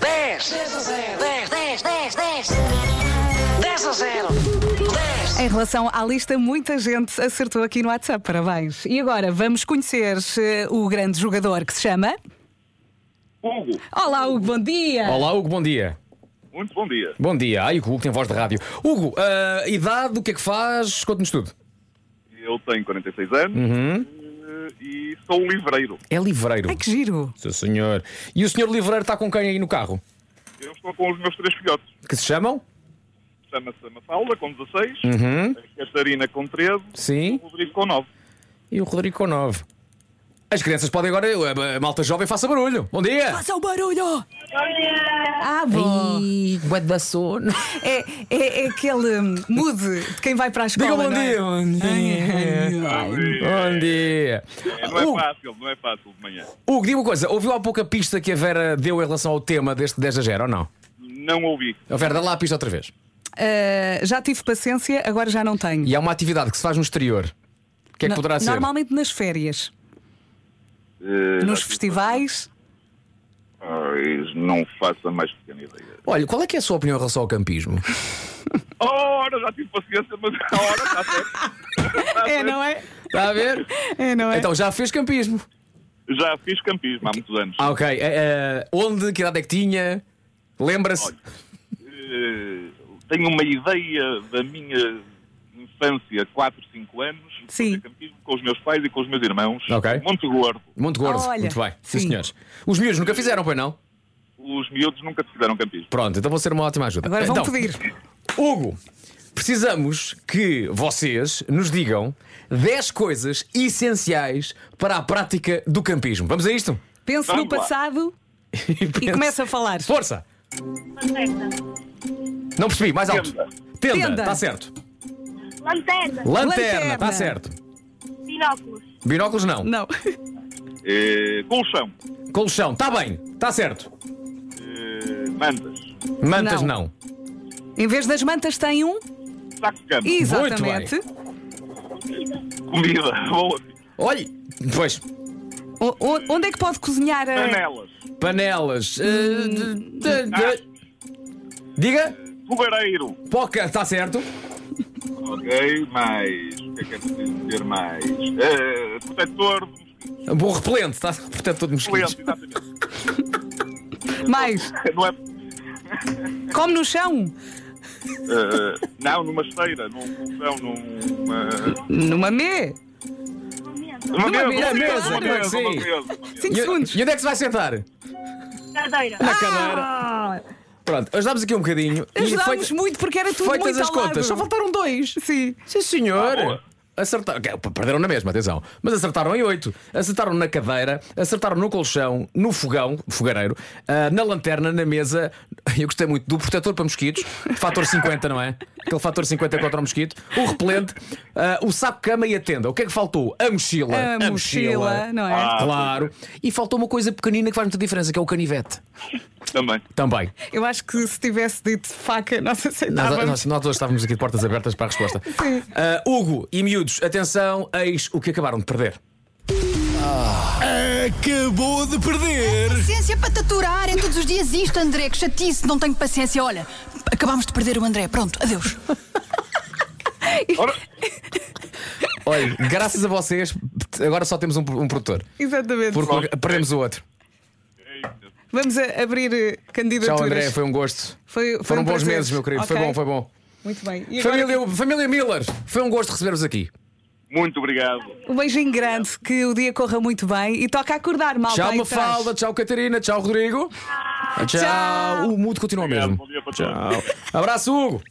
10, 10 a 0. 10, 10, 10, 10. 10 a 0. 10. Em relação à lista, muita gente acertou aqui no WhatsApp, parabéns. E agora vamos conhecer eh, o grande jogador que se chama. Hugo, Olá, Hugo, bom dia! Olá, Hugo, bom dia. muito bom dia. Bom dia. Ai, o Hugo tem voz de rádio. Hugo, ah, idade, o que é que faz? Conte-nos tudo. Eu tenho 46 anos Uhum. eh, e sou livreiro. É livreiro. Ai, que giro! Seu senhor. E o senhor livreiro está com quem aí no carro? Eu estou com os meus três filhotes. Que se chamam? Chama-se Mafalda, com 16, Uhum. a Catarina, com 13, Sim. e o Rodrigo, com 9. E o Rodrigo com nove. As crianças podem agora. eh, A a malta jovem faça barulho. Bom dia! Faça o barulho! Ah, bom! da sono. É, é, é aquele hum, mood de quem vai para a escola. Diga bom não é? um dia. Bom Ah, dia. Bom dia. então. É, Eh, Uh! não é Hugo, fácil, não é fácil de manhã. Hugo, diga uma coisa. Ouviu há pouco a pista que a Vera deu em relação ao tema deste 10 a 0 ou não? Não ouvi. A Vera, dá lá a pista outra vez. Ah, já tive paciência, agora já não tenho. E há uma atividade que se faz no exterior. O que é que No- poderá ser? Normalmente nas férias, Eh, nos já tive- festivais. Ai, não faço a mais pequena ideia. Olha, qual é que é a sua opinião em relação ao campismo? Ora, já tive paciência, mas a hora está certo. É, não é? Está a ver? É, não é? Então já fez campismo. Já fiz campismo há muitos anos. Ah, ok. Eh, eh, onde? Que idade é que tinha? Lembra-se? Olha, eh, tenho uma ideia da minha infância, 4, 5 anos, de Sim. fazer campismo com os meus pais e com os meus irmãos. Ok. Monte Gordo. Muito gordo. Ah, Olha, Muito bem. Sim, sim. senhores. Os miúdos nunca fizeram, pois não? Os miúdos nunca fizeram campismo. Pronto, então vou ser uma ótima ajuda. Agora vão então, pedir. Hugo, precisamos que vocês nos digam 10 coisas essenciais para a prática do campismo. Vamos a isto? Pense no vamos lá. passado e pense- começa a falar. Força! Lanterna. Não percebi, mais alto. Tenda. Tenda, Tenda. está certo. Lanterna. Lanterna, Lanterna. está certo. Binóculos. Binóculos não. Não. Eh, colchão. Colchão, está bem, está certo. Eh, mantas. Mantas Não. não. Em vez das mantas, tem um. Saco de cama. Exatamente. Comida. Boa. Olhe, depois, O- o- onde é que pode cozinhar? eh, Panelas. panelas. eh, de- de- de- Diga, Fogareiro. poca, está certo. Ok, mais. O que é que é preciso dizer mais? Eh, protetor de mosquitos. Bom repelente, tá, está protetor de mosquitos. Lente, exatamente. Mais. Não é. Come no chão. eh, não, numa esteira, num colchão, numa. Numa me. Momento. Uma Numa mesa, mesa, claro uma que mesa, uma sim. mesa, uma mesa. E, 5 segundos. e onde é que se vai sentar? Cadeira. Na cadeira. Ah, Pronto, ajudámos aqui um bocadinho. E ajudámos feita- muito porque era tudo Feitas muito as ao lado. contas, só faltaram dois. Sim. Sim, senhor. Ah, boa. Acertaram, ok, perderam na mesma, atenção. Mas acertaram em oito. Acertaram na cadeira, acertaram no colchão, no fogão, fogareiro, ah, na lanterna, na mesa. Eu gostei muito do protetor para mosquitos, fator 50, não é? Aquele fator 50 contra o mosquito, o repelente, ah, o saco-cama e a tenda. O que é que faltou? A mochila. A mochila, não é? Ah, Claro. E faltou uma coisa pequenina que faz muita diferença, que é o canivete. Também. Também. Eu acho que se tivesse dito faca, nós Nós, aceitávamos. nós- nós dois estávamos aqui de portas abertas para a resposta. Tá Sim. Ah, Hugo e miúdos, atenção, eis o que acabaram de perder. Ah. Acabou de perder! paciência para te aturar. É todos os dias isto, André. Que chatice, não tenho paciência. Olha, acabámos de perder o André. Pronto, adeus. Ora, Olha, graças a vocês, agora só temos um, um produtor. Exatamente. Porque perdemos o outro. Vamos a- abrir eh, candidaturas. Tchau, André, foi um gosto. Foi- foi Foram um bons prazer. meses, meu querido. Foi Ok. bom, foi bom. Muito bem. E agora, Família, família Miller, foi um gosto receber-vos aqui. muito obrigado. um beijinho grande, que o dia corra muito bem e toca a acordar, malta. Tchau, aí atrás. Mafalda, tchau, Catarina, tchau, Rodrigo. Tchau. O mundo continua o Obrigado, mesmo. bom dia para todos. Tchau. Abraço, Hugo.